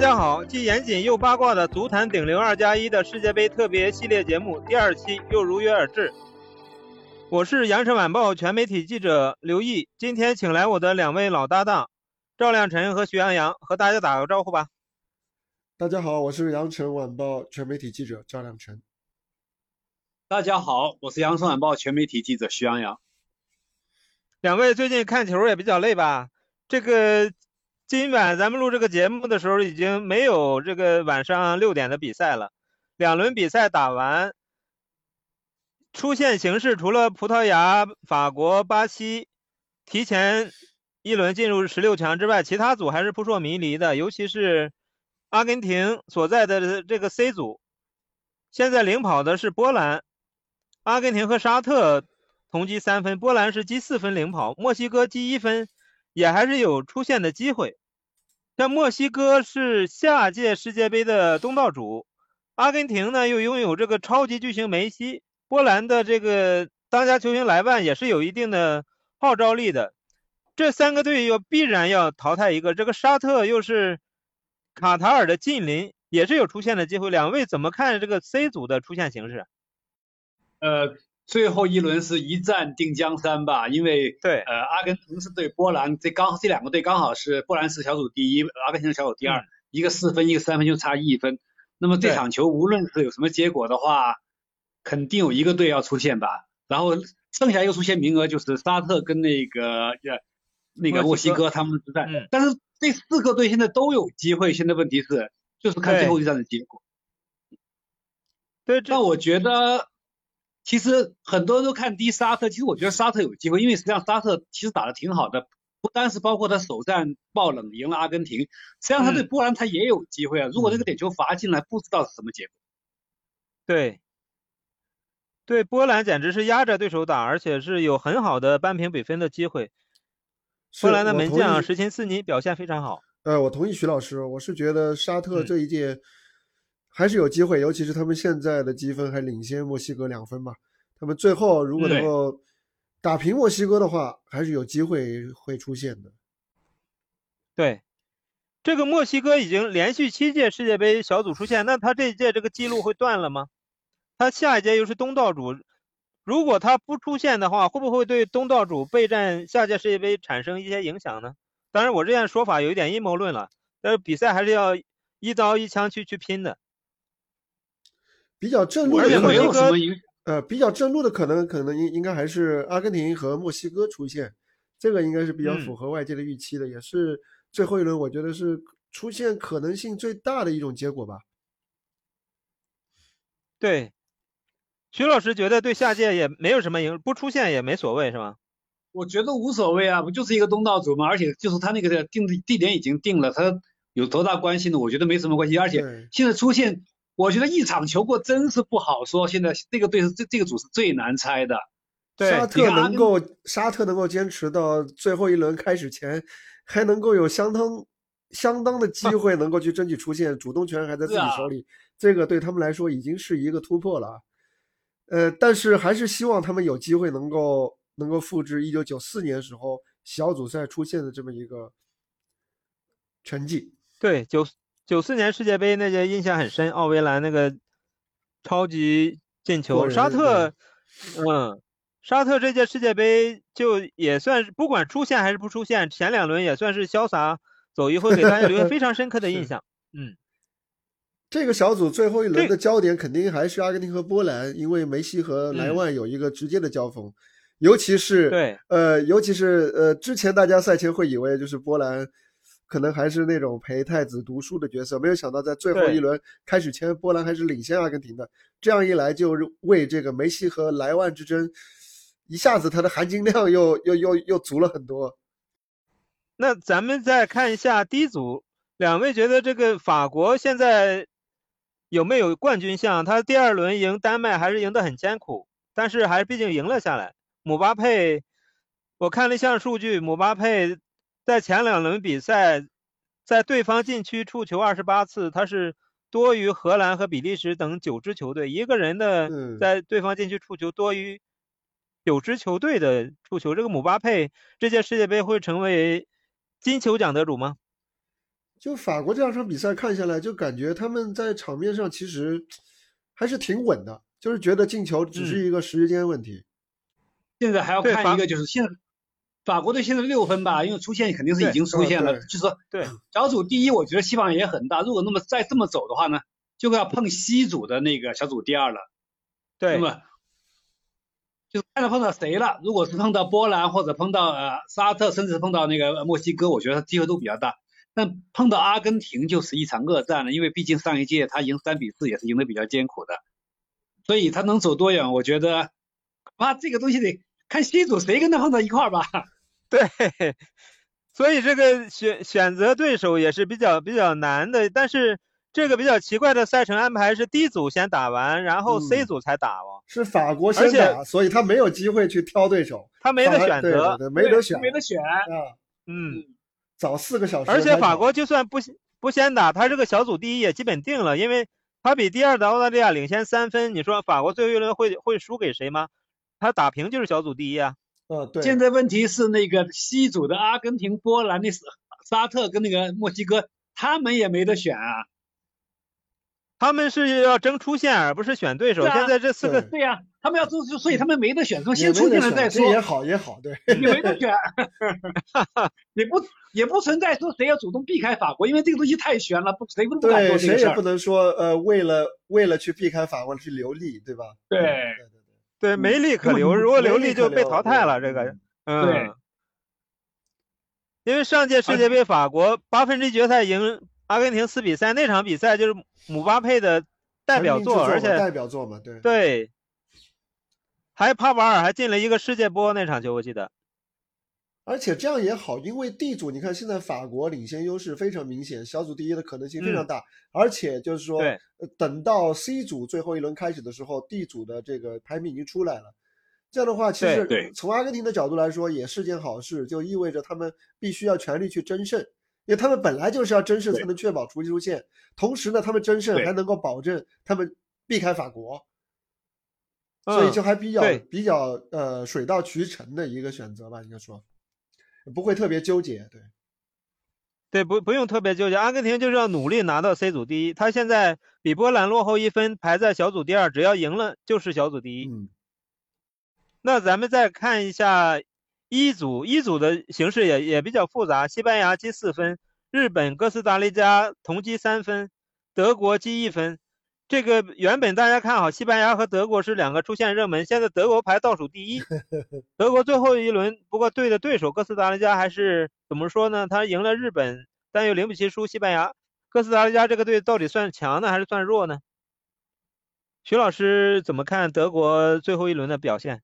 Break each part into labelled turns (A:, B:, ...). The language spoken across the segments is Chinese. A: 家好！既严谨又八卦的足坛顶流二加一的世界杯特别系列节目第二期又如约而至，我是羊城晚报全媒体记者刘毅。今天请来我的两位老搭档赵亮晨和徐洋洋，和大家打个招呼吧。
B: 大家好，我是羊城晚报全媒体记者赵亮晨。
C: 大家好，我是羊城晚报全媒体记者徐洋洋。
A: 两位最近看球也比较累吧？这个。今晚咱们录这个节目的时候，已经没有这个晚上六点的比赛了。两轮比赛打完，出现形势除了葡萄牙、法国、巴西提前一轮进入十六强之外，其他组还是扑朔迷离的。尤其是阿根廷所在的这个 C 组，现在领跑的是波兰，阿根廷和沙特同积三分，波兰是积四分领跑，墨西哥积一分。也还是有出线的机会，像墨西哥是下届世界杯的东道主，阿根廷呢又拥有这个超级巨星梅西，波兰的这个当家球星莱万也是有一定的号召力的。这三个队要必然要淘汰一个，这个沙特又是卡塔尔的近邻，也是有出线的机会。两位怎么看这个 C 组的出线形势？
C: 呃。最后一轮是一战定江山吧，因为
A: 对，
C: 呃，阿根廷是对波兰，这刚这两个队刚好是波兰是小组第一，阿根廷是小组第二，
A: 嗯
C: 一个四分，一个三分，就差一分。那么这
A: 对
C: 场球无论是有什么结果的话，肯定有一个队要出线吧，然后剩下一个出线名额就是沙特跟那个呃那个
A: 墨
C: 墨
A: 西
C: 西
A: 哥
C: 哥他们之战，
A: 嗯
C: 但是这四个队现在都有机会，现在问题是就是看最
A: 对
C: 后一战的结果。
A: 对，这
C: 那我觉得，其实很多人都看低沙特，其实我觉得沙特有机会，因为实际上沙特其实打得挺好的，不单是包括他首战爆冷赢了阿根廷，实际上他对
A: 嗯
C: 波兰他也有机会啊。如果这个点球罚进来，不知道是什么结果。
A: 对，对，波兰简直是压着对手打，而且是有很好的扳平比分的机会。
B: 是
A: 波兰的
B: 我
A: 门
B: 同
A: 将啊
B: 意
A: 什琴斯尼表现非常好。
B: 呃，我同意徐老师，我是觉得沙特
A: 嗯
B: 这一届还是有机会，尤其是他们现在的积分还领先墨西哥两分嘛。他们最后如果能
C: 对
B: 够打平墨西哥的话，还是有机会会出现的。
A: 对，这个墨西哥已经连续七届世界杯小组出线，那他这一届这个记录会断了吗？他下一届又是东道主，如果他不出现的话，会不会对东道主备战下届世界杯产生一些影响呢？当然，我这样说法有一点阴谋论了，但是比赛还是要一刀一枪去去拼的。
B: 比较正路
C: 我
A: 而
B: 的
A: 且
C: 觉
B: 可
C: 得
A: 墨
C: 没
A: 西
B: 能
C: 有
A: 哥
C: 什么影响。
B: 呃，比较正路的可能可能应应该还是阿根廷和墨西哥出现，这个应该是比较
A: 嗯
B: 符合外界的预期的，也是最后一轮我觉得是出现可能性最大的一种结果吧。
A: 对，徐老师觉得对下届也没有什么影，不出现也没所谓是吗？
C: 我觉得无所谓啊，不就是一个东道主嘛，而且就是他那个定的地点已经定了，他有多大关系呢？我觉得没什么关系，而且
B: 对，
C: 现在出现，我觉得一场球过真是不好说。现在这个队是这这个组是最难猜的。
A: 对
B: 沙，
C: 你
B: 特
C: 看阿啊
B: 能
C: 根
B: 够沙特能够坚持到最后一轮开始前，还能够有相当相当 的机会能够去争取出线，主动权还在自
C: 是
B: 己
C: 啊
B: 手里，这个对他们来说已经是一个突破了啊。呃，但是还是希望他们有机会能够能够复制一九九四年时候小组赛出现的这么一个成绩。
A: 对，九九四年世界杯那些印象很深，奥维兰那个超级进球，
B: 过
A: 沙
B: 人对
A: 特，嗯，沙特这届世界杯就也算是不管出线还是不出线，前两轮也算是潇洒走一回，给大家留下非常深刻的印
B: 是
A: 象。
B: 这个小组最后一轮
A: 这
B: 的焦点肯定还是阿根廷和波兰，因为梅西和莱
A: 嗯
B: 万有一个直接的交锋，尤其是
A: 对
B: 呃，尤其是呃，之前大家赛前会以为就是波兰可能还是那种陪太子读书的角色，没有想到在最后
A: 对
B: 一轮开始前，波兰还是领先阿根廷的。这样一来，就为这个梅西和莱万之争，一下子它的含金量又又又又足了很多。
A: 那咱们再看一下 D 组，两位觉得这个法国现在有没有冠军相？他第二轮赢丹麦还是赢得很艰苦，但是还是毕竟赢了下来。姆巴佩，我看了一项数据，姆巴佩在前两轮比赛，在对方禁区触球二十八次，他是多于荷兰和比利时等九支球队，一个人的
B: 嗯
A: 在对方禁区触球多于九支球队的触球。这个姆巴佩这届世界杯会成为金球奖得主吗？
B: 就法国这两场比赛看下来，就感觉他们在场面上其实还是挺稳的，就是觉得进球只
A: 嗯
B: 是一个时间问题。
C: 现在还要
A: 对
C: 看
A: 法
C: 一个，就是现在法国队现在六分吧，因为出线肯定是已
A: 对
C: 经出
B: 嗯
C: 现了，
B: 对
C: 就是说
A: 对，
C: 小组第一，我觉得希望也很大。如果那么再这么走的话呢，就要碰西组的那个小组第二了。那
A: 对，
C: 么就是看他碰到谁了。如果是碰到波兰或者碰到呃沙特，甚至碰到那个呃墨西哥，我觉得机会都比较大。但碰到阿根廷就是一场恶战了，因为毕竟上一届他赢三比四也是赢得比较艰苦的，所以他能走多远，我觉得啊这个东西得看西组谁跟他碰到一块儿吧。
A: 对，所以这个选选择对手也是比较比较难的，但是这个比较奇怪的赛程安排是 D 组先打完，然后 C
B: 嗯
A: 组才打哦，
B: 是法国
A: 而
B: 先
A: 且
B: 打，所以他没有机会去挑对手，
A: 他没
B: 法
A: 得
B: 国
A: 选
B: 对对
A: 择，
B: 对没得
C: 对
B: 选
C: 没得选。
B: 啊，
A: 嗯，
B: 早四个小时才
A: 而
B: 打。
A: 且法国就算不先不先打，他这个小组第一也基本定了，因为他比第二的澳大利亚领先三分，你说法国最后一轮会会输给谁吗？他打平就是小组第一啊。
B: 嗯，对，
C: 现在问题是那个西组的阿根廷、波兰、那是沙特跟那个墨西哥，他们也没得选啊。
A: 他们是要争出线，而不是选对手。
C: 是啊
A: 现在这四个
B: 对
C: 对呀、他们要出，所以他们没得选，说
B: 也
C: 先出
B: 没
C: 进
B: 得
C: 来再
B: 选，这
C: 说，
B: 也好也好，对，
C: 也没得选， 也不也不存在说谁要主动避开法国，因为这个东西太悬了，不谁都不敢
B: 对，
C: 做这
B: 谁
C: 个事
B: 也不
C: 儿。
B: 能说呃，为了为了去避开法国去留力，对吧？嗯
C: 对
B: 对对
A: 对没利可留，
C: 根本
A: 如果留
B: 嗯没利
A: 力
B: 可
A: 就被
B: 留
A: 淘汰了。
B: 对
A: 这个
B: 嗯，
A: 嗯
C: 对，
A: 因为上届世
C: 而
A: 界杯法国八分之一决赛赢阿根廷四比三，那场比赛就是姆巴佩的代
B: 成
A: 表
B: 名
A: 作，
B: 之
A: 而
B: 嘛代
A: 且
B: 表作嘛，对，
A: 对，还帕瓦尔还进了一个世界波那场球，我记得。
B: 而且这样也好，因为地主你看现在法国领先优势非常明显，小组第一的可能性非常
A: 嗯
B: 大，而且就是说，
A: 对
B: 呃等到 C 组最后一轮开始的时候，地主的这个排名已经出来了。这样的话，其
A: 对
B: 实
C: 对
B: 从阿根廷的角度来说也是件好事，就意味着他们必须要全力去争胜，因为他们本来就是要争胜才
C: 对
B: 能确保出出线，同时呢，他们争胜
C: 对
B: 还能够保证他们避开法国，所以
A: 嗯
B: 就，还比较
A: 对
B: 比较呃水到渠成的一个选择吧，应该说不会特别纠结。对，
A: 对，不不用特别纠结，阿根廷就是要努力拿到 C 组第一。他现在比波兰落后一分，排在小组第二，只要赢了就是小组第一。
B: 嗯，
A: 那咱们再看一下一组，一组的形势也也比较复杂，西班牙积四分，日本、哥斯达黎加同积三分，德国积一分。这个原本大家看好西班牙和德国是两个出线热门，现在德国排倒数第一，德国最后一轮不过对的对手哥斯达黎加还是怎么说呢？他赢了日本，但又零比七输西班牙。哥斯达黎加这个队到底算强呢，还是算弱呢？徐老师怎么看德国最后一轮的表现？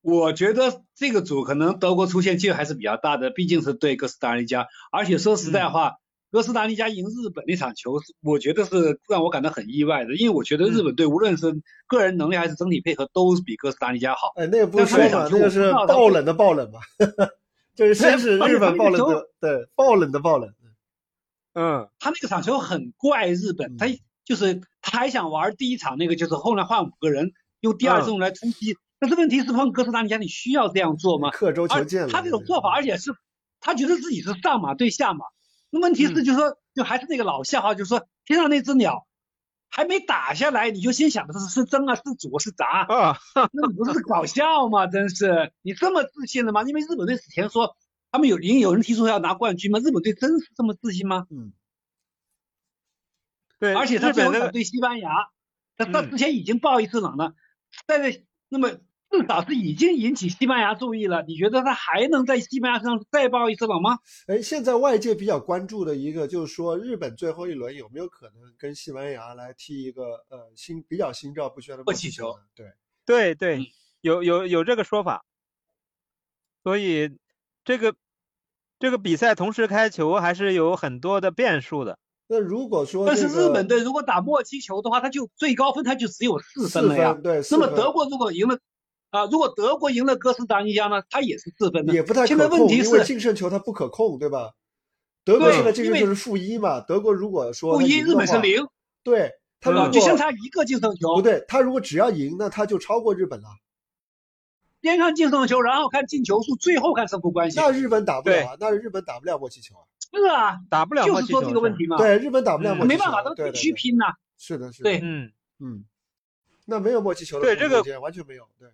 C: 我觉得这个组可能德国出现机会还是比较大的，毕竟是对哥斯达黎加，而且说实在
B: 嗯
C: 话，哥斯达黎加赢日本那场球是，我觉得是让我感到很意外的，因为我觉得
B: 嗯
C: 日本队无论是个人能力还是整体配合都比哥斯达黎加好。
B: 哎，那个不是
C: 但
B: 说嘛，
C: 是想
B: 那个
C: 说
B: 是
C: 我不知道他
B: 爆
C: 会
B: 冷的爆冷嘛， 就是先是
C: 而且
B: 日
C: 他
B: 本
C: 那
B: 爆
C: 个
B: 冷
C: 球
B: 的，对，爆冷的爆冷，
A: 嗯，
C: 他那个场球很怪日本，
B: 嗯
C: 他就是他还想玩第一场那个，就是后来换五个人，用第二阵容来冲击。但是问题是碰哥斯达黎加，你需要这样做吗？
B: 刻舟求
C: 而
B: 剑了。
C: 他这种
B: 对
C: 做法，，而且是他觉得自己是上马对下马。那问题是，就是说，就还是那个老笑话，就是说，天上那只鸟还没打下来，你就先想的是是争啊，是主是 砸，
A: 啊，
C: 那不是搞笑吗？真是，你这么自信的吗？因为日本队此前说他们有已经有人提出要拿冠军吗？日本队真是这么自信吗？
B: 嗯，
A: 对，
C: 而且他
A: 日
C: 最
A: 本
C: 后
A: 那
C: 场
A: 个
C: 对西班牙，他他
A: 嗯
C: 之前已经爆一次冷了，但是那么至少是已经引起西班牙注意了。你觉得他还能在西班牙身上再爆一次冷吗？
B: 哎，现在外界比较关注的一个就是说，日本最后一轮有没有可能跟西班牙来踢一个呃心比较心照不宣的默
C: 默
B: 契
C: 契球
B: 呢？对，
A: 对
C: 嗯
A: 对，有有有这个说法，所以这个这个比赛同时开球还是有很多的变数的。
B: 那如果说
C: 但
B: 这
C: 是
B: 个
C: 日本队如果打默契球的话，他就最高分他就只有四
B: 四
C: 分了呀。
B: 对，四
C: 那么
B: 分
C: 德国如果赢了啊、如果德国赢了哥斯达黎加呢，他也是四 分的。
B: 也不太
C: 现
B: 可
C: 在问
B: 控，
C: 题
B: 因为
C: 是
B: 净胜球它不可控，对吧？德国
C: 对
B: 现在净
C: 因
B: 胜
C: 为
B: 球是负一嘛，德国如果说
C: 负
B: 它
C: 一，
B: 赢的
C: 日本是
B: 话，
C: 零，
B: 对他如
A: 嗯
B: 果
C: 啊，就相差一个净胜球。
B: 不对，他如果只要赢，那他就超过日本了。
C: 先看净胜球，然后看进球数，最后看胜负关系。
B: 那日本打不了啊，那日本打不了默契球啊。
C: 是啊，
A: 打不了
C: 就
A: 默
C: 是
A: 契
C: 说
A: 球
C: 这个问
A: 是
C: 题嘛。，
B: 对，日本打不了
A: 嗯
B: 默契球，
C: 啊
B: 啊
C: 没办法，他
B: 对
C: 必
B: 对
C: 须
B: 对
C: 拼呐、
B: 是的，是的，
C: 对
A: 嗯，
B: 嗯，那没有默契球的
A: 对这
B: 空
A: 个
B: 间完全没有，对，
C: 没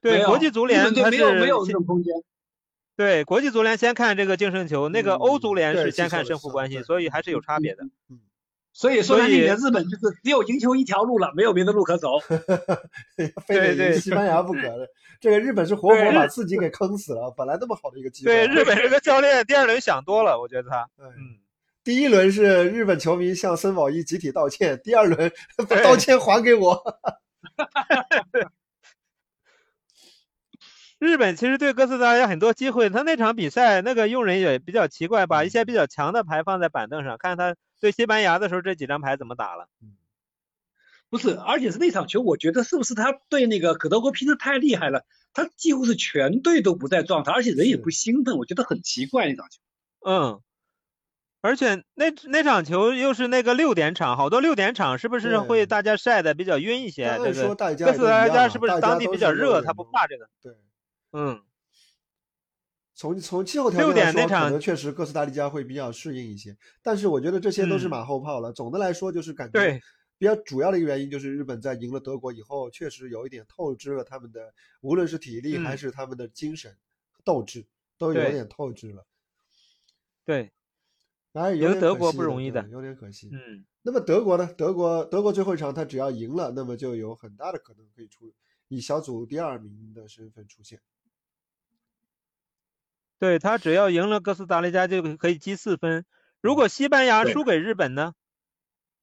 A: 对，
C: 有
A: 国际足
C: 日
A: 联
C: 本队
A: 它
C: 没有
A: 是
C: 没有这
A: 先
C: 种空间。
A: 对国际足联先看这个净胜球，那个欧
B: 嗯
A: 足联
B: 对
A: 是
B: 是
A: 先
B: 这
A: 看
B: 样的
A: 胜
B: 是
A: 负
B: 这样
A: 关
B: 的
A: 系，
B: 对
A: 所以还是有
C: 嗯
A: 差别的。
C: 所以说
A: 所
C: 难听
A: 以
C: 点，日本就是只有赢球一条路了，没有别的路可走。
B: 非得
A: 对对
B: 赢西班牙不 可的。这个日本是活活
C: 对
B: 把自己给坑死了，本来那么好的一个机会
A: 对
B: 啊。
A: 日本这个教练第二轮想多了，我觉得他，
B: 对
A: 嗯，
B: 第一轮是日本球迷向森保一集体道歉，第二 轮把
A: 对
B: 道歉还给我。
A: 日本其实对哥斯达黎加很多机会，他那场比赛那个用人也比较奇怪，
B: 嗯
A: 把一些比较强的牌放在板凳上，看他对西班牙的时候这几张牌怎么打了。
C: 不是，而且是那场球，我觉得是不是他对那个葛德国拼的太厉害了？他几乎是全队都不在状态，而且人也
B: 是
C: 不兴奋，我觉得很奇怪那场球。
A: 嗯，而且那那场球又是那个六点场，好多六点场是不是
B: 对
A: 会大家晒的比较晕一些？
B: 但
A: 这
B: 按 说
A: 个
B: 大家
A: 哥
B: 也
A: 斯
B: 都一
A: 达黎
B: 样啊
A: 加是不
B: 大
A: 是
B: 家
A: 当地
B: 都
A: 比
B: 是
A: 较
B: 有
A: 热，
B: 点
A: 他不
B: 懵
A: 怕这个？
B: 对，
A: 嗯，
B: 从从气候条
A: 六
B: 件来
A: 点那
B: 说，可
A: 场
B: 能确实哥斯达黎加会比较适应一些，但是我觉得这些都是
A: 嗯
B: 马后炮了。总的来说，就是感觉
A: 对
B: 比较主要的一个原因就是日本在赢了德国以后，确实有一点透支了他们的，无论是体力还
A: 嗯
B: 是他们的精神、斗志，都有
A: 对
B: 点透支了。
A: 对，
B: 哎，有
A: 赢
B: 点
A: 德
B: 可
A: 国
B: 惜
A: 不容易
B: 对
A: 的
B: 有点可惜。
A: 嗯，
B: 那么德国呢？德国德国最后一场他只要赢了，那么就有很大的可能可以出以小组第二名的身份出现。
A: 对他只要赢了哥斯达黎加就可以积四分。如果西班牙
C: 对
A: 输给日本呢？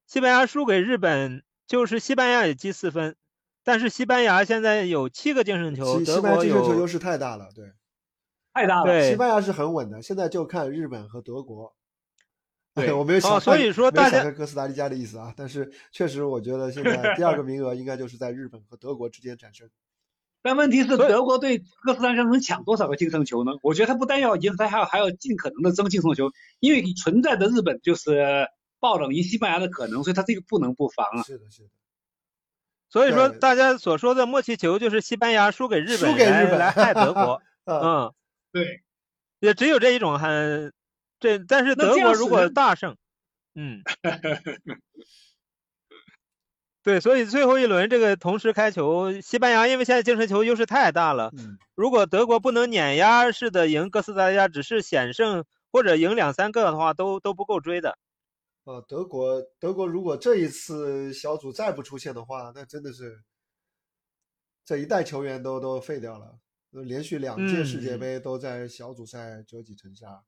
A: 西班牙输给日本，就是西班牙也积四分，但是西班牙现在有七个净胜球，
B: 西
A: 德
B: 西班牙
A: 国
B: 这个球优
A: 有
B: 势太大了，对。
C: 太大了，
A: 对
B: 西班牙是很稳的，现在就看日本和德国。哎
C: 对
B: 我没有想
A: 哦
B: 看，
A: 所以说
B: 没
A: 大
B: 有想
A: 家
B: 看哥斯达黎加的意思啊，但是确实我觉得现在 第二个名额应该就是在日本和德国之间产生。
C: 但问题是
A: 所以
C: 德国对哥斯达黎加能抢多少个净胜球呢？我觉得他不但要赢，他还要还要尽可能的争净胜球，因为存在的日本就是爆冷赢西班牙的可能，所以他这个不能不
A: 嗯
C: 防啊。
B: 是的，是的，
A: 所以说
B: 对
A: 大家所说的默契球就是西班牙输给日
B: 输
A: 本
B: 给日
A: 来
B: 本
A: 来害德国，
B: 啊，
A: 嗯，
C: 对，
A: 也只有这一种很这，但是
C: 那
A: 德
C: 这样
A: 国如
C: 使
A: 果
C: 人
A: 大胜， 嗯，对，所以最后一轮这个同时开球，西班牙因为现在净胜球优势太大了，
B: 嗯，
A: 如果德国不能碾压式的赢哥斯达黎加，只是险胜或者赢两三个的话，都都不够追的。
B: 啊，德国，德国如果这一次小组再不出现的话，那真的是这一代球员都都废掉了，连续两届世界
A: 嗯
B: 杯都在小组赛折戟沉沙。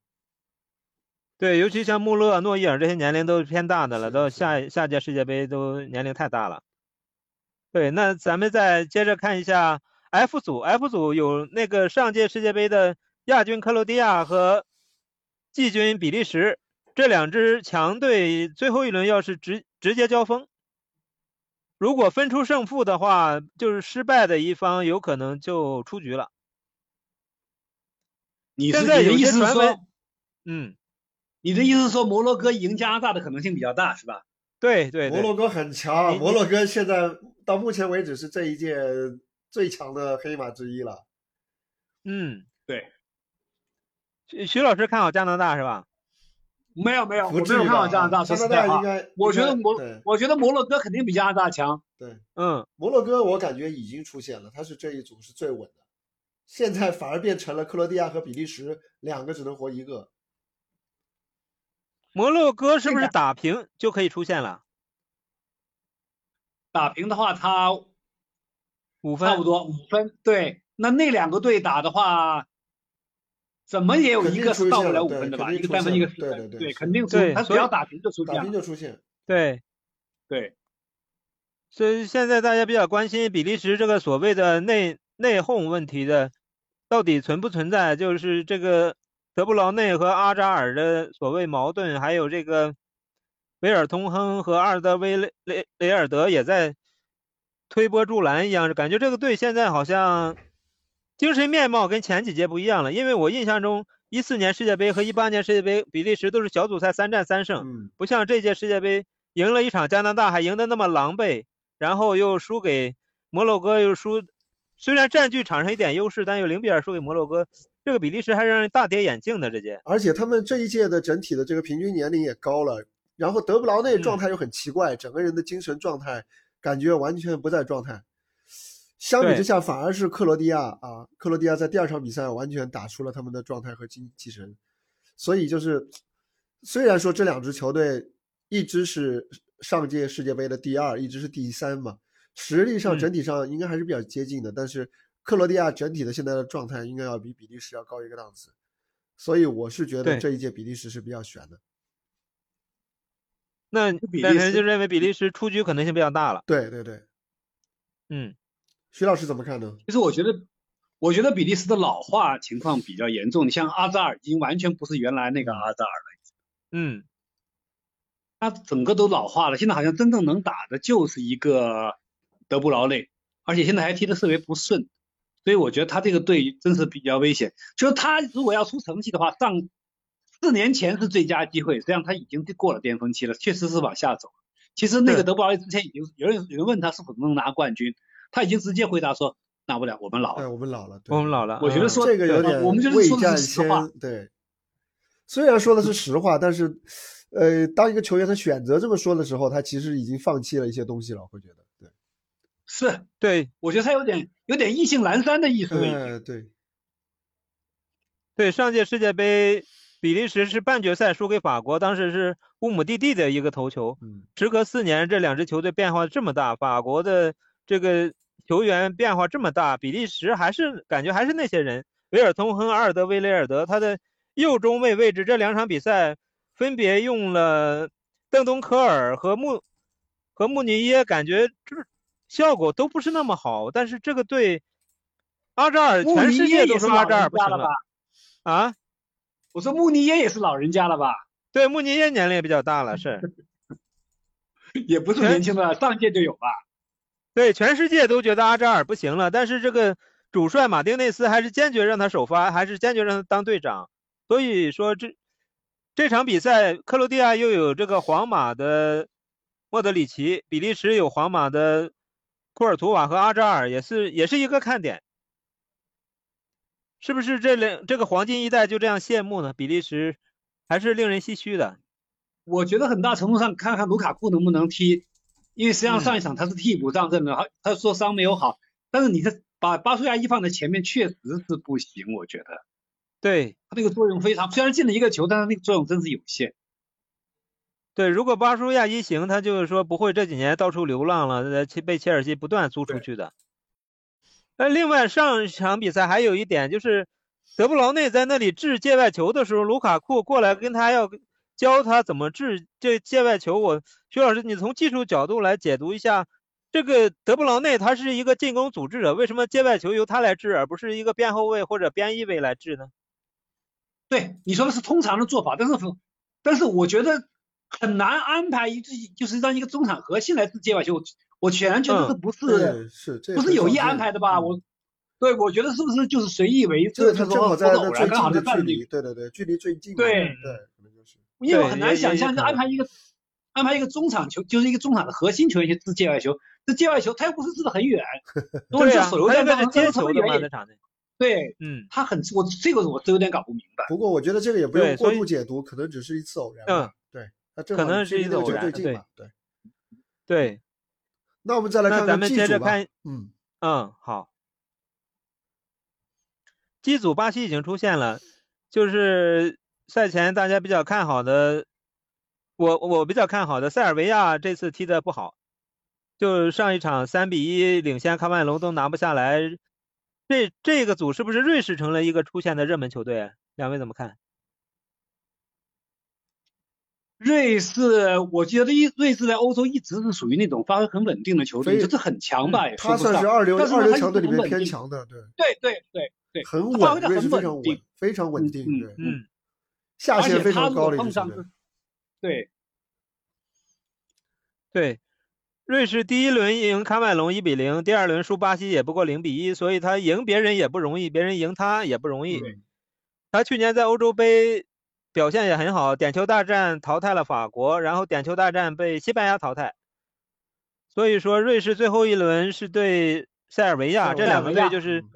A: 对，尤其像穆勒、诺伊尔这些年龄都是偏大的了，
B: 是的
A: 到
B: 是的
A: 下一下届世界杯都年龄太大了。对，那咱们再接着看一下 F 组，F 组有那个上届世界杯的亚军克罗地亚和季军比利时这两支强队，最后一轮要是直直接交锋，如果分出胜负的话，就是失败的一方有可能就出局了。
C: 你是
A: 现
C: 你
A: 在
C: 的
A: 有
C: 意
A: 些
C: 思是
A: 传闻
C: 说，，
A: 嗯，
C: 你的意思是说摩洛哥赢加拿大的可能性比较大是吧？
A: 对对
B: 摩
A: 对，
B: 洛哥很强，
A: 你
B: 摩洛哥现在到目前为止是这一届最强的黑马之一了。
A: 嗯，
C: 对。
A: 徐徐老师看好加拿大是吧？
C: 没有没啊有，我
B: 不
C: 没
B: 至于
C: 有看好
B: 吧
C: 加拿大，
B: 加
C: 说
B: 拿
C: 实
B: 大
C: 在
B: 应
C: 话，
B: 该，
C: 我
B: 应
C: 觉得
B: 该
C: 摩
B: 对
C: 我觉得摩洛哥肯定比加拿大强。
B: 对
A: 嗯，
B: 摩洛哥，我感觉已经出现了，他是这一组是最稳的，现在反而变成了克罗地亚和比利时两个只能活一个。
A: 摩洛哥是
C: 这
A: 不是
C: 个
A: 打平就可以出现了？
C: 打平的话，他
A: 五
C: 差不
A: 分，
C: 啊多五分。对，那那两个队打的话，怎么也有
B: 肯
C: 一
B: 定
C: 个
B: 出
C: 是到不
B: 现了
C: 了五
B: 对
C: 分的
B: 肯
C: 吧？
B: 定
C: 一个
B: 出
C: 三分，
B: 现
C: 一个
B: 了
C: 四
B: 对
C: 分，
B: 对对是
C: 肯定出
A: 对。
C: 他只
A: 所以
C: 要打平就出
B: 打
C: 现
B: 平
C: 了。
B: 就出现，
A: 对，
C: 对，
A: 所以现在大家比较关心比利时这个所谓的内内讧问题的，到底存不存在？就是这个德布劳内和阿扎尔的所谓矛盾，还有这个维尔通亨和阿尔德威雷雷雷尔德也在推波助澜一样，感觉这个队现在好像精神面貌跟前几届不一样了。因为我印象中，一四年世界杯和一八年世界杯，比利时都是小组赛三战三胜，
B: 嗯，
A: 不像这届世界杯赢了一场加拿大还赢得那么狼狈，然后又输给摩洛哥，又输虽然占据场上一点优势，但又零比二输给摩洛哥，这个比利时还让人大跌眼镜的。这届
B: 而且他们这一届的整体的这个平均年龄也高了，然后德布劳内状态又很奇怪，整个人的精神状态感觉完全不在状态。相比
A: 对
B: 之下，反而是克罗地亚啊，克罗地亚在第二场比赛完全打出了他们的状态和精气神。所以就是，虽然说这两支球队，一支是上届世界杯的第二，一支是第三嘛，实力上
A: 嗯
B: 整体上应该还是比较接近的，但是克罗地亚整体的现在的状态应该要比比利时要高一个档次，所以我是觉得
A: 对
B: 这一届比利时是比较悬的。
A: 那
C: 比利
A: 但是
C: 时
A: 就认为比利时出局可能性比较大了。
B: 对对对，
A: 嗯，
B: 徐老师怎么看呢？
C: 其实我觉得，我觉得比利时的老化情况比较严重。你像阿扎尔已经完全不是原来那个阿扎尔了，
A: 嗯，
C: 他整个都老化了。现在好像真正能打的就是一个德布劳内，而且现在还踢的特别不顺，所以我觉得他这个队真是比较危险。就是他如果要出成绩的话，上四年前是最佳机会，实际上他已经过了巅峰期了，确实是往下走。其实那
A: 是
C: 个德布劳内之前已经有人有人问他是否能拿冠军，他已经直接回答说拿不了，我们老了。
B: 哎，我们老了，对
A: 我们老了。
C: 我觉得
A: 嗯
C: 说
B: 这个有
C: 对啊
B: 点
C: 我们就是
B: 未
C: 说的
B: 战
C: 是实
B: 先
C: 话
B: 对。虽然说的是实话，但是，呃，当一个球员他选择这么说的时候，他其实已经放弃了一些东西了，我会觉得，对，
C: 是，
A: 对
C: 我觉得他有点有点意兴阑珊的意思了已经。
B: 呃，对，
A: 对，上届世界杯比利时是半决赛输给法国，当时是乌姆蒂蒂的一个头球。
B: 嗯，
A: 时隔四年，这两支球队变化这么大，法国的这个球员变化这么大，比利时还是感觉还是那些人，维尔通亨、阿尔德威雷尔德，他的右中卫位置这两场比赛分别用了邓东科尔和穆和穆尼耶，感觉这效果都不是那么好。但是这个队，阿扎尔，
C: 穆
A: 全
C: 尼
A: 世
C: 耶
A: 界
C: 也
A: 都
C: 是
A: 说阿
C: 老
A: 扎
C: 人
A: 尔不
C: 家
A: 行
C: 了吧
A: 了？啊。
C: 我说穆尼耶也是老人家了吧？
A: 对，穆尼耶年龄也比较大了，是
C: 也不是
B: 哎
A: 全
C: 年轻的，上届就有吧？
A: 对，全世界都觉得阿扎尔不行了，但是这个主帅马丁内斯还是坚决让他首发，还是坚决让他当队长。所以说这这场比赛，克罗地亚又有这个皇马的莫德里奇，比利时有皇马的库尔图瓦和阿扎尔，也是也是一个看点。是不是这两这个黄金一代就这样谢幕呢？比利时还是令人唏嘘的。
C: 我觉得很大程度上看看卢卡库能不能踢，因为实际上上一场他是替补上阵的，
B: 嗯
C: 他他说伤没有好，但是你这把巴苏亚伊放在前面确实是不行，我觉得
A: 对，
C: 他那个作用非常，虽然进了一个球，但是那个作用真是有限。
A: 对，如果巴舒亚一行，他就是说不会这几年到处流浪了，呃，切被切尔西不断租出去的。那另外上一场比赛还有一点就是，德布劳内在那里掷界外球的时候，卢卡库过来跟他要教他怎么掷这界外球。我徐老师，你从技术角度来解读一下，这个德布劳内他是一个进攻组织者，为什么界外球由他来掷，而不是一个边后卫或者边翼卫来掷呢？
C: 对，你说的是通常的做法，但是但是我觉得很难安排一支，就是让一个中场核心来自界外球，我我显然觉得这不是、
B: 嗯对，是，这
C: 不
B: 很
C: 是有
B: 少
C: 意
B: 见
C: 安排的吧？
B: 嗯
C: 我对我觉得是不是就是随意为
B: 这个
C: 之，
B: 他
C: 就是
B: 正好
C: 说
B: 在
C: 不
B: 那
C: 偶
B: 最
C: 然刚好就
B: 近的距
C: 办
B: 离，
C: 理，
B: 对对对，距离最近嘛，
C: 对
B: 对，可能就是，
C: 因为我
A: 对也
C: 很难
A: 也
C: 想
A: 也
C: 象
A: 可
C: 就
A: 能
C: 安排一个安排一个中场球，就是一个中场的核心球员去掷界外球，这界外球他又不是掷的很 远，如果你
A: 对
C: 说
A: 啊，
C: 手榴
A: 他
C: 弹
A: 应该
C: 到
A: 是接球的嘛，
C: 远
A: 在
C: 也
A: 场内。
C: 对
A: 嗯，
C: 他很我这个我都有点搞不明白。
B: 不过我觉得这个也不
A: 对
B: 用过
A: 所以
B: 度解读，可能只是一次偶然
A: 嗯
B: 吧，对，那正
A: 可
B: 好
A: 能
B: 距
A: 是
B: 离
A: 一
B: 那
A: 次
B: 个
A: 偶
B: 球最
A: 然
B: 近
A: 对
B: 嘛，对。
A: 对。
B: 那我们再来
A: 那
B: 看
A: 咱
B: 看
A: 们
B: 祭
A: 接着
B: 祖吧
A: 看，
B: 嗯，
A: 嗯，好。机组巴西已经出现了，就是赛前大家比较看好的，我我比较看好的塞尔维亚这次踢的不好，就上一场三比一领先喀麦隆都拿不下来，这这个组是不是瑞士成了一个出现的热门球队？啊两位怎么看？
C: 瑞士，我觉得一瑞士在欧洲一直是属于那种发挥很稳定的球队，
B: 非
C: 你说这很强吧，也说
B: 他
C: 不上。
B: 算是二流
C: 但是呢
B: 二流
C: 嗯他
B: 强队里
C: 很
B: 面
C: 稳
B: 偏
C: 定
B: 强的，对，
C: 对对对对，
B: 很
C: 他发
B: 稳，
C: 挥得
B: 瑞士
C: 很
B: 非
C: 稳
B: 常稳
C: 定，
B: 非常稳
C: 嗯
B: 定，
C: 嗯
B: 对，
A: 嗯，
B: 下
C: 而
B: 限
C: 且
B: 非
C: 他
B: 常
C: 如
B: 高
C: 果
B: 的一
C: 碰
B: 个球
C: 上
B: 队，
C: 对
A: 对，瑞士第一轮赢喀麦隆一比零，第二轮输巴西也不过零比一，所以他赢别人也不容易，别人赢他也不容易。
B: 嗯
A: 他去年在欧洲杯表现也很好，点球大战淘汰了法国，然后点球大战被西班牙淘汰。所以说，瑞士最后一轮是对塞尔维亚
B: 塞尔维
A: 这
B: 亚
A: 两个队就是
B: 嗯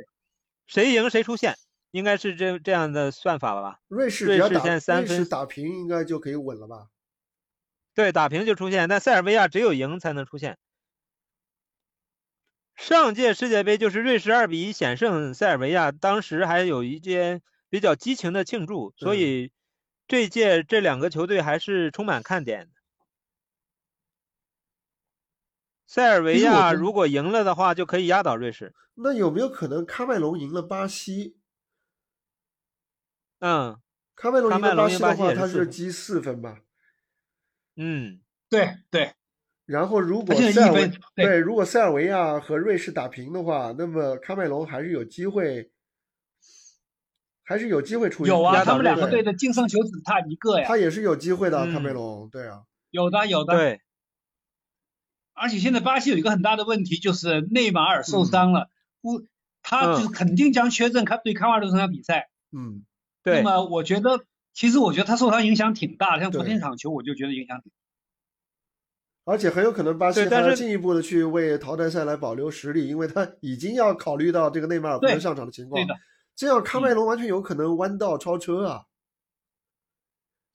A: 谁赢谁出线，应该是这这样的算法吧？
B: 瑞士
A: 瑞
B: 只要
A: 士
B: 打
A: 现在三
B: 瑞士
A: 分
B: 打平应该就可以稳了吧？
A: 对，打平就出线，但塞尔维亚只有赢才能出线。上届世界杯就是瑞士二比一险胜塞尔维亚，当时还有一些比较激情的庆祝，所
B: 嗯
A: 以这届这两个球队还是充满看点的。塞尔维
C: 其实我
A: 亚
C: 觉得
A: 如果赢了的话，就可以压倒瑞士。
B: 那有没有可能卡麦隆赢了巴西？
A: 嗯
B: 卡麦隆
A: 喀
B: 赢
A: 麦
B: 了
A: 隆
B: 巴
A: 赢
B: 西
A: 巴
B: 的
A: 西
B: 话，
A: 也是
B: 他
A: 四
B: 是
A: 分
B: 积四分吧？
A: 嗯，
C: 对对，
B: 然后如
C: 他
B: 果
C: 现
B: 塞
C: 在
B: 尔
C: 一
B: 维
C: 分，对，
B: 如果塞尔维亚和瑞士打平的话，那么喀麦隆还是有机会，还是有机会出一
C: 有
B: 分
C: 啊，
A: 压
B: 的
A: 倒
C: 他们两个
A: 瑞
B: 对
C: 队的净胜球只差一个呀，
B: 他也是有机会的，喀麦
A: 嗯
B: 隆，对啊，
C: 有的有的。
A: 对，
C: 而且现在巴西有一个很大的问题，就是内马尔
A: 嗯
C: 受伤了，不，他就是肯定将缺阵，他对卡瓦略这场比赛。
B: 嗯，
C: 那
A: 对，
C: 么我觉得，其实我觉得他受伤影响挺大的，像昨
B: 对
C: 天场球我就觉得影响挺大。
B: 而且很有可能巴西
A: 对
B: 还
A: 但
B: 要
A: 是
B: 进一步的去为淘汰赛来保留实力，因为他已经要考虑到这个内马尔不能
C: 对
B: 上场的情况
C: 对，的，
B: 这样
A: 嗯
B: 喀麦隆完全有可能弯道超车啊，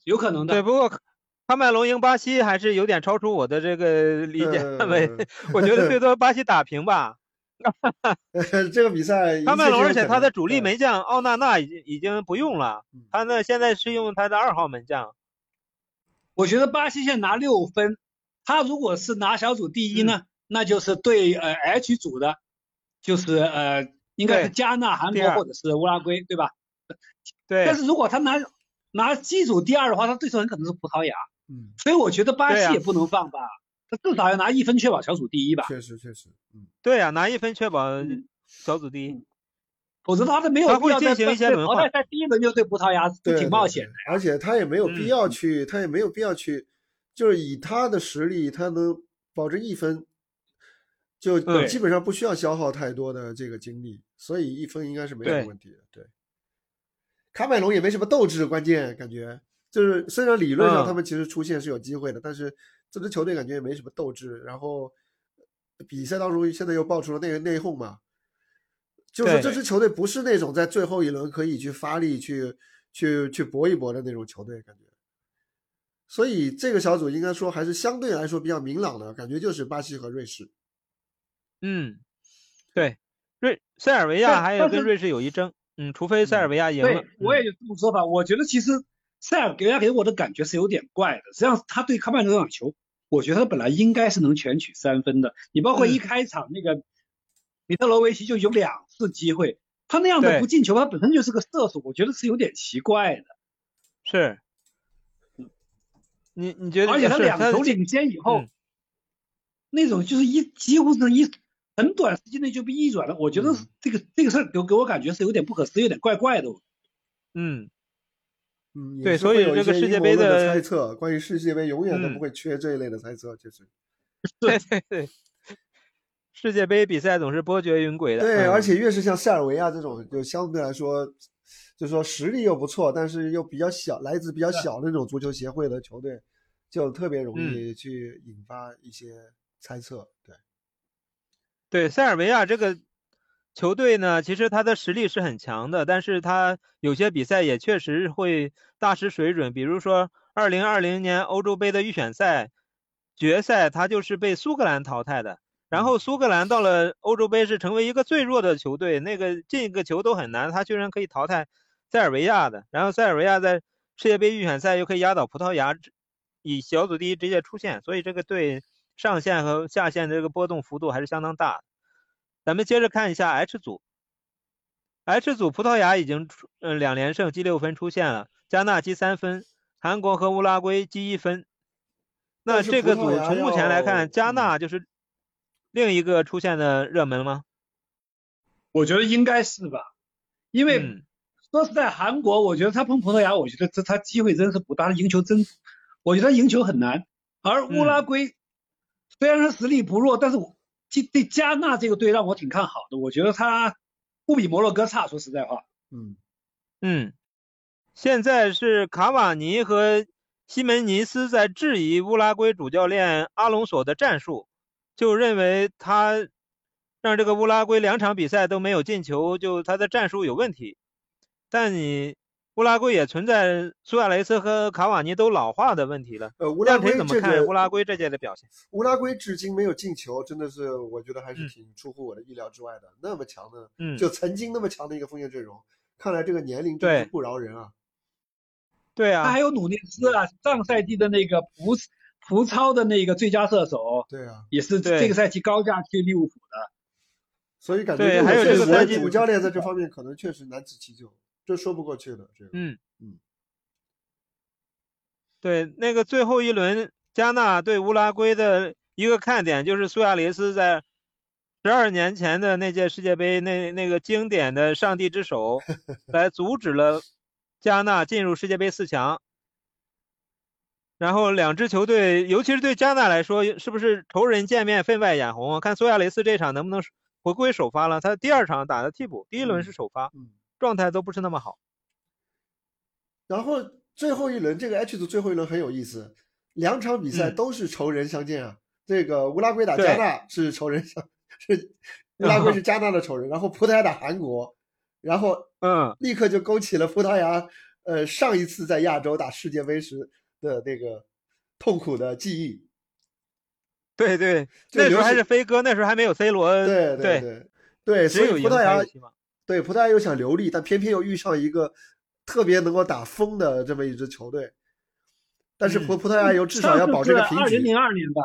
C: 有可能
A: 对。
C: 的。
A: 不过喀麦隆赢巴西还是有点超出我的这个理解
C: 呃
A: 范围，
B: 嗯
A: 我觉得最多巴西打平吧。
B: 这个比赛一
A: 喀麦
B: 切
A: 隆，
B: 皆有
A: 而且
B: 可
A: 他
B: 能
A: 的主力
B: 对
A: 门将奥纳纳已经已经不用了
B: 嗯，
A: 他呢现在是用他的二号门将。
C: 我觉得巴西现在拿六分，他如果是拿小组第一呢，
A: 嗯
C: 那就是对呃 H 组的，就是呃应该是
A: 对
C: 加纳、韩
A: 第
C: 国
A: 二
C: 或者是乌拉圭，对吧？
A: 对
C: 但，是如果他拿拿 G 组第二的话，他对手很可能是葡萄牙。
B: 嗯，
C: 所以我觉得巴
A: 对
C: 西
A: 啊
C: 也不能放吧，他至少要拿一分确保小组第一吧，
B: 确实确实，嗯，
A: 对呀、拿一分确保
C: 嗯
A: 小组第一。
C: 否则他都没
A: 他
C: 有
A: 会
C: 必要
A: 进
C: 在
A: 行一些
C: 在
A: 轮
C: 淘
A: 换
C: 汰赛第一轮就对葡萄牙，
B: 对
C: 就挺冒险的。
B: 的，而且他也没有
A: 嗯
B: 必要去，他也没有必要去，就是以他的实力，他能保证一分，就
A: 对
B: 基本上不需要消耗太多的这个精力，所以一分应该是没什么
A: 对
B: 问题的。对，卡麦隆也没什么斗志，关键感觉就是虽然理论上他
A: 嗯
B: 们其实出线是有机会的，但是这支球队感觉也没什么斗志，然后比赛当中现在又爆出了内内讧嘛，就是
A: 对
B: 这支球队不是那种在最后一轮可以去发力去去去搏一搏的那种球队，感觉。所以这个小组应该说还是相对来说比较明朗的感觉，就是巴西和瑞士。
A: 嗯，对，瑞塞尔维亚
C: 但
A: 还有
C: 但
A: 跟
C: 是
A: 瑞士有一争，嗯，除非塞尔维亚赢了
C: 对，，我也
A: 嗯
C: 有这种说法。我觉得其实塞尔维亚给我的感觉是有点怪的。实际上他对喀麦隆这场球，我觉得他本来应该是能全取三分的。你包括
A: 嗯
C: 一开场那个米特罗维奇就有两次机会，他那样的
A: 对
C: 不进球，他本身就是个射手，我觉得是有点奇怪的。
A: 是。你你觉得？
C: 而且他
A: 是
C: 两
A: 他
C: 球领先以后
A: 嗯，
C: 那种就是一几乎是一很短时间内就被逆转了。我觉得
B: 嗯
C: 这个这个事儿给我给我感觉是有点不可思议，有点怪怪的。
A: 嗯，
B: 嗯，也
A: 对
B: 是
A: 所
B: 会
A: 以
B: 有一
A: 这个
B: 些
A: 世
B: 阴
A: 界
B: 谋
A: 杯
B: 论
A: 的
B: 猜测，关于世界杯永远都
A: 嗯
B: 不会缺这一类的猜测，其实。
A: 对对对，世界杯比赛总是波谲云诡的。
B: 对，
A: 嗯
B: 而且越是像塞尔维亚这种，就相对来说，就说实力又不错，但是又比较小，来自比较
C: 对
B: 小的那种足球协会的球队，就特别容
A: 嗯
B: 易去引发一些猜测。对，
A: 对，塞尔维亚这个球队呢，其实他的实力是很强的，但是他有些比赛也确实会大失水准，比如说二零二零年欧洲杯的预选赛决赛，他就是被苏格兰淘汰的。然后苏格兰到了欧洲杯是成为一个最弱的球队，那个进个球都很难，他居然可以淘汰塞尔维亚的。然后塞尔维亚在世界杯预选赛又可以压倒葡萄牙，直以小组第一直接出线，所以这个队上限和下限的这个波动幅度还是相当大的。咱们接着看一下 H 组，H 组葡萄牙已经出嗯、两连胜积六分出线了，加纳积三分，韩国和乌拉圭积一分。那
B: 但是
A: 这
B: 葡
A: 个
B: 萄
A: 组
B: 牙
A: 从目前来
B: 要
A: 看，加
B: 嗯
A: 纳就是另一个出现的热门吗？
C: 我觉得应该是吧，因为、
A: 嗯
C: 说实在，韩国我觉得他碰葡萄牙，我觉得这他机会真是不大，他赢球真，我觉得他赢球很难。而乌拉
A: 嗯
C: 圭、虽然说实力不弱，但是我这对加纳这个队让我挺看好的，我觉得他不比摩洛哥差。说实在话，
B: 嗯，
A: 嗯，现在是卡瓦尼和西门尼斯在质疑乌拉圭主教练阿隆索的战术，就认为他让这个乌拉圭两场比赛都没有进球，就他的战术有问题。但你乌拉圭也存在苏亚雷斯和卡瓦尼都老化的问题了。
B: 呃，乌拉
A: 亮
B: 圭
A: 晨怎么
B: 这
A: 看
B: 个
A: 乌拉圭这届的表现？
B: 乌拉圭至今没有进球，真的是我觉得还是
A: 嗯
B: 挺出乎我的意料之外的。那么强的，
A: 嗯，
B: 就曾经那么强的一个锋线阵容，看来这个年龄真是
A: 对
B: 不饶人啊。
A: 对
C: 他
A: 啊
C: 还，有努涅斯啊，上赛季的那个葡葡超的那个最佳射手，
B: 对啊，
C: 也是
A: 对
C: 这个赛季高价去利物浦的。
B: 所以感觉
A: 对
B: 这
A: 还有
B: 这
A: 这个
B: 国
A: 赛
B: 家
A: 季
B: 主教练在这方面可能确实难辞其咎，这说不过去的。这个，
A: 嗯
B: 嗯
A: 对，那个最后一轮加纳对乌拉圭的一个看点就是苏亚雷斯在十二年前的那届世界杯那那个经典的上帝之 手，来阻止了加纳进入世界杯四强。然后两支球队，尤其是对加纳来说，是不是仇人见面分外眼红啊？看苏亚雷斯这场能不能回归首发了？他第二场打的替补，第一轮是
B: 嗯
A: 首发，
B: 嗯。
A: 状态都不是那么好。
B: 然后最后一轮这个 H 组最后一轮很有意思，两场比赛
A: 嗯
B: 都是仇人相见啊。这个乌拉圭打
A: 对嗯
B: 加纳是仇人相， 是乌拉圭是加纳的仇人，然后葡萄牙打韩国，然后
A: 嗯，
B: 立刻就勾起了葡萄牙呃上一次在亚洲打世界杯时的那个痛苦的记忆。
A: 对对，
B: 这
A: 那时
B: 流
A: 候还
B: 行
A: 是飞哥，那时候还没有 C 罗，
B: 对
A: 对
B: 对对，所
A: 只
B: 以
A: 有
B: 葡
A: 赢
B: 萄
A: 才
B: 牙
A: 有希望。
B: 对葡萄牙又想留力，但偏偏又遇上一个特别能够打疯的这么一支球队。但是葡
A: 嗯
B: 葡萄牙又至少要保这个平
C: 二零
B: 局。嗯
C: 零二年吧，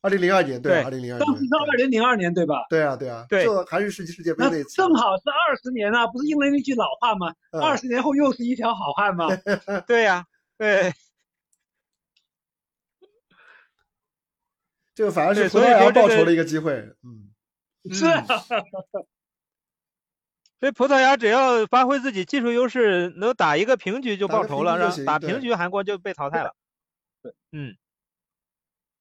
B: 二零零二年，
A: 对
B: 二零零二
C: 当时
B: 年
C: 是，二零零二年对吧？
B: 对啊，对啊，
A: 对
B: 这还是世界世界杯
C: 那
B: 那次，
C: 正好是二十年啊，不是因为那句老话吗？
B: 嗯
C: 二十年后又是一条好汉吗？
A: 对呀、对
B: 这个反而
A: 对
B: 是葡
A: 所以
B: 萄牙
A: 说这
B: 报
A: 个
B: 仇的一个机会，嗯，
C: 是啊，
A: 所以葡萄牙只要发挥自己技术优势，能打一个平局就
B: 打
A: 报
B: 个
A: 仇
B: 平
A: 了，
B: 局就
A: 让
B: 行
A: 打
B: 对
A: 平局韩国就被淘汰了。
C: 对，
A: 嗯，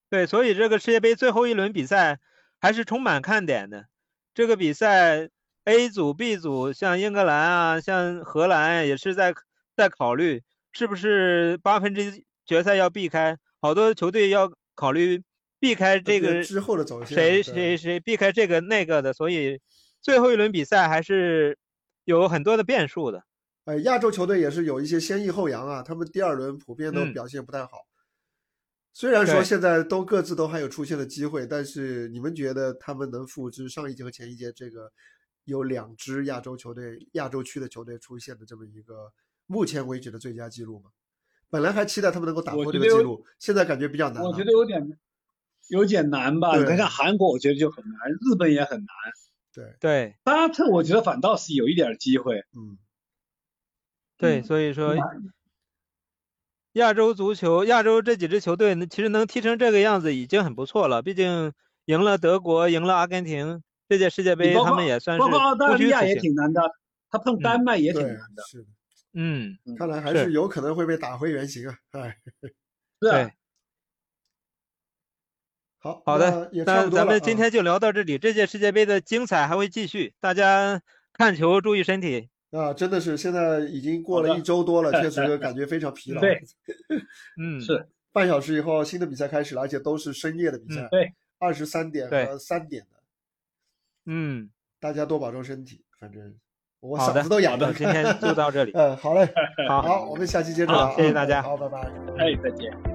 A: 对，所以这个世界杯最后一轮比赛还是充满看点的。这个比赛 A 组、B 组，像英格兰啊，像荷兰也是在在考虑是不是八分之一决赛要避开，好多球队要考虑避开这个
B: 呃之后的走向，
A: 谁
B: 对
A: 谁谁避开这个那个的，所以最后一轮比赛还是有很多的变数的。
B: 呃，亚洲球队也是有一些先抑后扬啊，他们第二轮普遍都
A: 嗯
B: 表现不太好。虽然说
A: 对
B: 现在都各自都还有出现的机会，但是你们觉得他们能复制上一届和前一届这个有两支亚洲球队、亚洲区的球队出现的这么一个目前为止的最佳记录吗？本来还期待他们能够打
C: 我
B: 破这
C: 觉
B: 个
C: 得
B: 记
C: 有
B: 录，现在感觉比较难了。
C: 我觉得有点有点难吧。
B: 对
C: 你看看韩国，我觉得就很难，日本也很难，
B: 对，
A: 对
C: 沙特我觉得反倒是有一点机会。
B: 嗯，
A: 对，
C: 嗯
A: 所以说
C: 吧
A: 亚洲足球，亚洲这几支球队呢其实能踢成这个样子已经很不错了，毕竟赢了德国，赢了阿根廷，这届世界杯
C: 包
A: 他
C: 括
A: 们也算是
C: 包括澳大
A: 不
C: 利
A: 虚
C: 亚
A: 此
C: 也
A: 行。
C: 挺难的，他碰丹麦也挺
B: 对
C: 难的。
B: 是的，
A: 嗯，
B: 看来还
A: 是
B: 是有可能会被打回原形啊。哎，
C: 是啊
A: 对，
B: 好，
A: 好的
B: 那，也差
A: 那
B: 不多了
A: 咱
B: 啊。
A: 们今天就聊到这里，这届世界杯的精彩还会继续，大家看球注意身体。
B: 啊，真的是现在已经过
C: 好
B: 了
C: 的
B: 一 周多了，确实感觉非常疲劳。
C: 对，
A: 嗯，
C: 是
B: 半小时以后新的比赛开始了，而且都是深夜的比赛
A: 嗯，
C: 对，
B: 二十三点
A: 对
B: 和三点的，
A: 嗯，
B: 大家多保重身体。反正我
A: 好
B: 嗓
A: 的，
B: 子都
A: 好
B: 哑
A: 的
B: 了。 ，
A: 今天就到这里
B: 嗯，好嘞，
A: 好，
B: 好，我们下期接着
A: 好
B: 聊啊。
A: 谢谢大家
B: 好，拜拜。
C: 哎，再见。